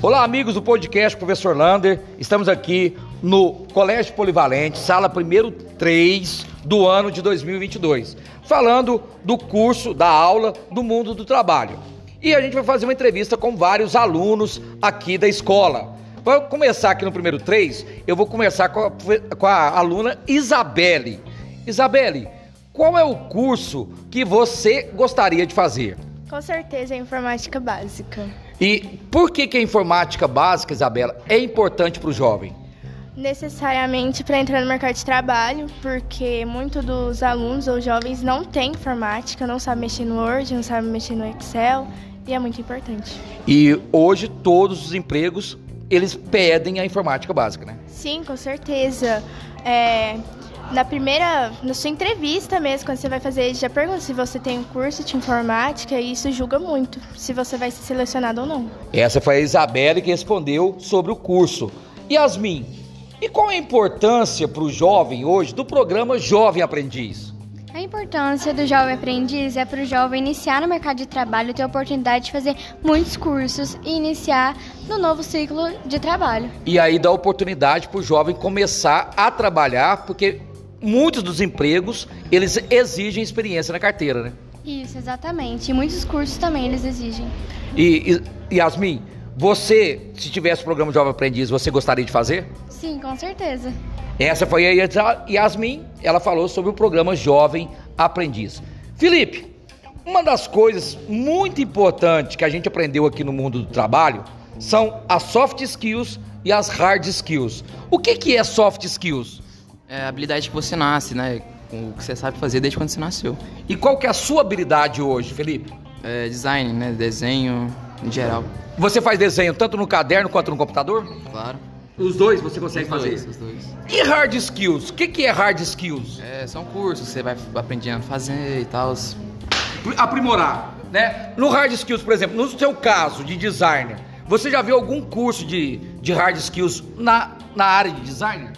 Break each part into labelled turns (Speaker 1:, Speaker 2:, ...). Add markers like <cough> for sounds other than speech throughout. Speaker 1: Olá, amigos do podcast Professor Lander. Estamos aqui no Colégio Polivalente, sala primeiro 3 do ano de 2022, falando do curso, da aula do mundo do trabalho. E a gente vai fazer uma entrevista com vários alunos aqui da escola. Vamos começar aqui no primeiro 3, eu vou começar com a, com a aluna Isabelle. Isabelle, qual é o curso que você gostaria de fazer?
Speaker 2: Com certeza a informática básica.
Speaker 1: E por que, que a informática básica, Isabela, é importante para o jovem?
Speaker 2: Necessariamente para entrar no mercado de trabalho, porque muito dos alunos ou jovens não tem informática, não sabe mexer no Word, não sabe mexer no Excel, e é muito importante.
Speaker 1: E hoje todos os empregos eles pedem a informática básica, né?
Speaker 2: Sim, com certeza. É, na primeira, na sua entrevista mesmo, quando você vai fazer, eles já pergunta se você tem um curso de informática e isso julga muito se você vai ser selecionado ou não.
Speaker 1: Essa foi a Isabelle que respondeu sobre o curso. Yasmin, e qual a importância para o jovem hoje do programa Jovem Aprendiz?
Speaker 3: A importância do jovem aprendiz é para o jovem iniciar no mercado de trabalho, ter a oportunidade de fazer muitos cursos e iniciar no novo ciclo de trabalho.
Speaker 1: E aí dá oportunidade para o jovem começar a trabalhar, porque muitos dos empregos eles exigem experiência na carteira, né?
Speaker 3: Isso, exatamente. E muitos cursos também eles exigem.
Speaker 1: E, e Yasmin, você, se tivesse o programa Jovem Aprendiz, você gostaria de fazer?
Speaker 3: Sim, com certeza.
Speaker 1: Essa foi a Yas- Yasmin, ela falou sobre o programa Jovem Aprendiz. Felipe, uma das coisas muito importantes que a gente aprendeu aqui no mundo do trabalho são as soft skills e as hard skills. O que, que é soft skills?
Speaker 4: É a habilidade que você nasce, né? Com o que você sabe fazer desde quando você nasceu.
Speaker 1: E qual que é a sua habilidade hoje, Felipe?
Speaker 4: É design, né? Desenho, em geral.
Speaker 1: Você faz desenho tanto no caderno quanto no computador?
Speaker 4: Claro.
Speaker 1: Os dois você consegue
Speaker 4: Os dois, os dois.
Speaker 1: E hard skills? O que, que é hard skills?
Speaker 4: É, são cursos que você vai aprendendo a fazer e tal.
Speaker 1: aprimorar, né? No hard skills, por exemplo, no seu caso de designer, você já viu algum curso de, de hard skills na, na área de design?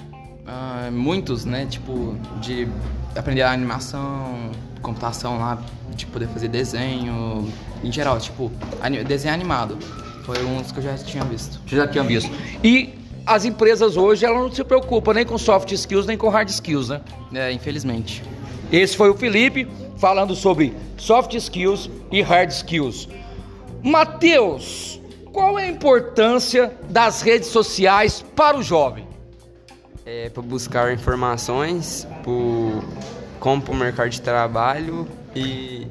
Speaker 4: Ah, muitos, né? Tipo, de aprender a animação, computação lá, de poder fazer desenho. Em geral, tipo, ani- desenho animado. Foi um dos que eu já tinha visto.
Speaker 1: Já tinha visto. E as empresas hoje, elas não se preocupam nem com soft skills, nem com hard skills, né?
Speaker 4: É, infelizmente.
Speaker 1: Esse foi o Felipe falando sobre soft skills e hard skills. Matheus, qual é a importância das redes sociais para o jovem?
Speaker 5: É para buscar informações, pro, como para o mercado de trabalho e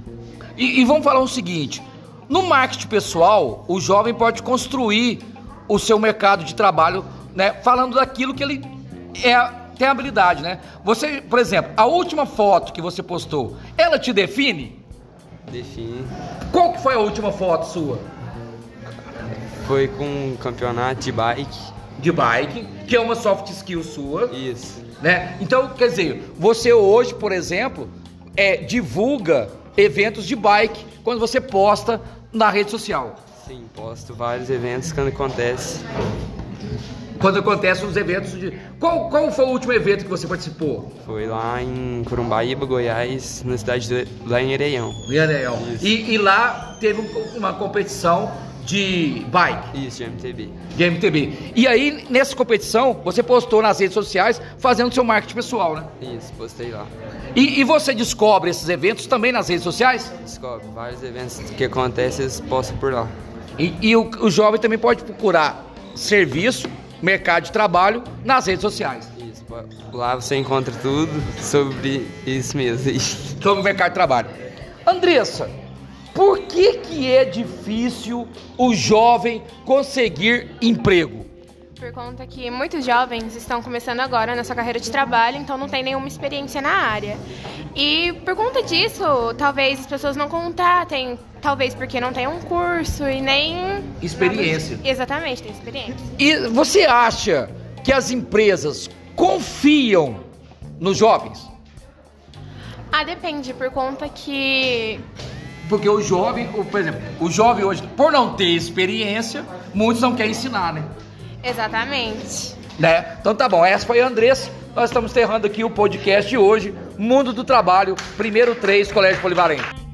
Speaker 1: E, e vamos falar o seguinte: no marketing pessoal, o jovem pode construir o seu mercado de trabalho, né? Falando daquilo que ele é, tem habilidade, né? Você, por exemplo, a última foto que você postou, ela te define?
Speaker 5: definir.
Speaker 1: Qual que foi a última foto sua?
Speaker 5: Foi com um campeonato de bike.
Speaker 1: De bike, que é uma soft skill sua,
Speaker 5: Isso.
Speaker 1: né? Então, quer dizer, você hoje, por exemplo, é, divulga eventos de bike quando você posta na rede social.
Speaker 5: Sim, posto vários eventos quando acontece.
Speaker 1: Quando acontecem os eventos de. Qual, qual foi o último evento que você participou?
Speaker 5: Foi lá em Curumbaíba, Goiás, na cidade do, lá em Ereião.
Speaker 1: Leonel. E, e lá teve um- uma competição de bike,
Speaker 5: Isso, de MTB.
Speaker 1: de MTB. E aí, nessa competição, você postou nas redes sociais fazendo seu marketing pessoal, né?
Speaker 5: Isso, postei lá.
Speaker 1: E, e você descobre esses eventos também nas redes sociais?
Speaker 5: Descobre vários eventos que acontecem, eles postam por lá.
Speaker 1: E, e o, o jovem também pode procurar serviço, mercado de trabalho nas redes sociais.
Speaker 5: Isso, po- lá você encontra tudo sobre isso mesmo. <laughs>
Speaker 1: sobre o mercado de trabalho. Andressa, por que, que é difícil o jovem conseguir emprego?
Speaker 6: Por conta que muitos jovens estão começando agora na sua carreira de trabalho, então não tem nenhuma experiência na área. E por conta disso, talvez as pessoas não contratem, talvez porque não tem um curso e nem.
Speaker 1: Experiência.
Speaker 6: nada de- Exatamente, tem experiência.
Speaker 1: E você acha que as empresas confiam nos jovens?
Speaker 6: Ah, depende, por conta que.
Speaker 1: Porque o jovem, o- por exemplo, o jovem hoje, por não ter experiência, muitos não querem ensinar, né?
Speaker 6: Exatamente.
Speaker 1: Né? Então tá bom, essa foi a Andressa. Nós estamos encerrando aqui o podcast de hoje, Mundo do Trabalho, primeiro 3, Colégio Polivalente.